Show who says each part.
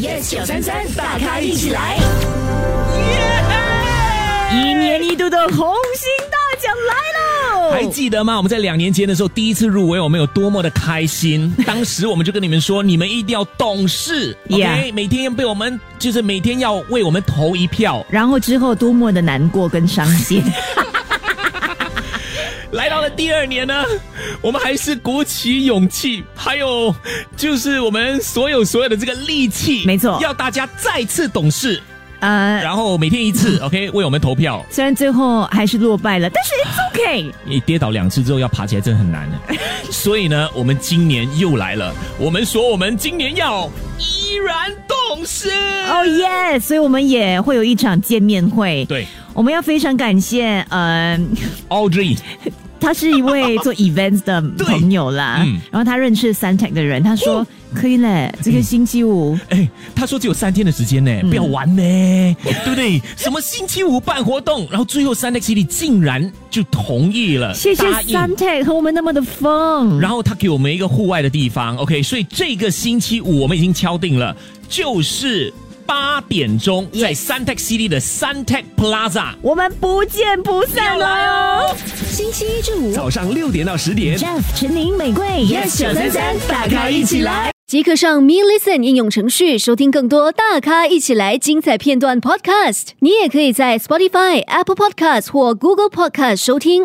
Speaker 1: yes 九三三，大咖一起来！一年一度的红星大奖来喽！
Speaker 2: 哦还记得吗？我们在两年前的时候第一次入围，我们有多么的 开心。当时我们就跟你们说，你们一定要懂事
Speaker 1: Yeah
Speaker 2: ，OK？每天被我们就是每天要为我们投一票。
Speaker 1: 然后之后多么的难过跟伤 心，
Speaker 2: 来到了第二年 呢，我们还是鼓起勇气，还有就是我们所有所有的这个力气，
Speaker 1: 没错
Speaker 2: 要大家再次懂事，
Speaker 1: 呃，
Speaker 2: 然后每天一 次，OK？为我们投票。
Speaker 1: 虽然最后还是落败了，但是 it's OK。
Speaker 2: 你跌倒两次之后要爬起来真的很难呢。 所以呢，我们今年又来了。我们说我们今年要依然懂事。
Speaker 1: 哦耶！所以我们也会有一场见面会。，
Speaker 2: 对
Speaker 1: 我们要非常感谢，呃，
Speaker 2: ，Audrey，
Speaker 1: 他是一位 做 events 的朋友啦，
Speaker 2: 嗯
Speaker 1: 然后他认识三 tech 的人，他说、可以嘞，这个星期五。
Speaker 2: 哎，他说只有三天的时间呢，
Speaker 1: 嗯
Speaker 2: 不要玩呢，对不对？什么星期五办活动，然后最后三 X 里竟然就同意了，
Speaker 1: 谢谢
Speaker 2: 答应
Speaker 1: Suntech 和我们那么的疯，
Speaker 2: 然后他给我们一个户外的地方，OK，所以这个星期五我们已经敲定了，就是八点钟在三 Tech City 的三 Tech Plaza。
Speaker 1: 我们不见不散来哦！星期一至五
Speaker 2: 早上六点到十点。
Speaker 1: ，Jeff、陈宁、玫瑰、Yes 九三三，大咖一起来。
Speaker 3: 即刻上 Me Listen 应用程序收听更多大咖一起来精彩片段 Podcast。你也可以在 Spotify、Apple Podcast 或 Google Podcast 收听。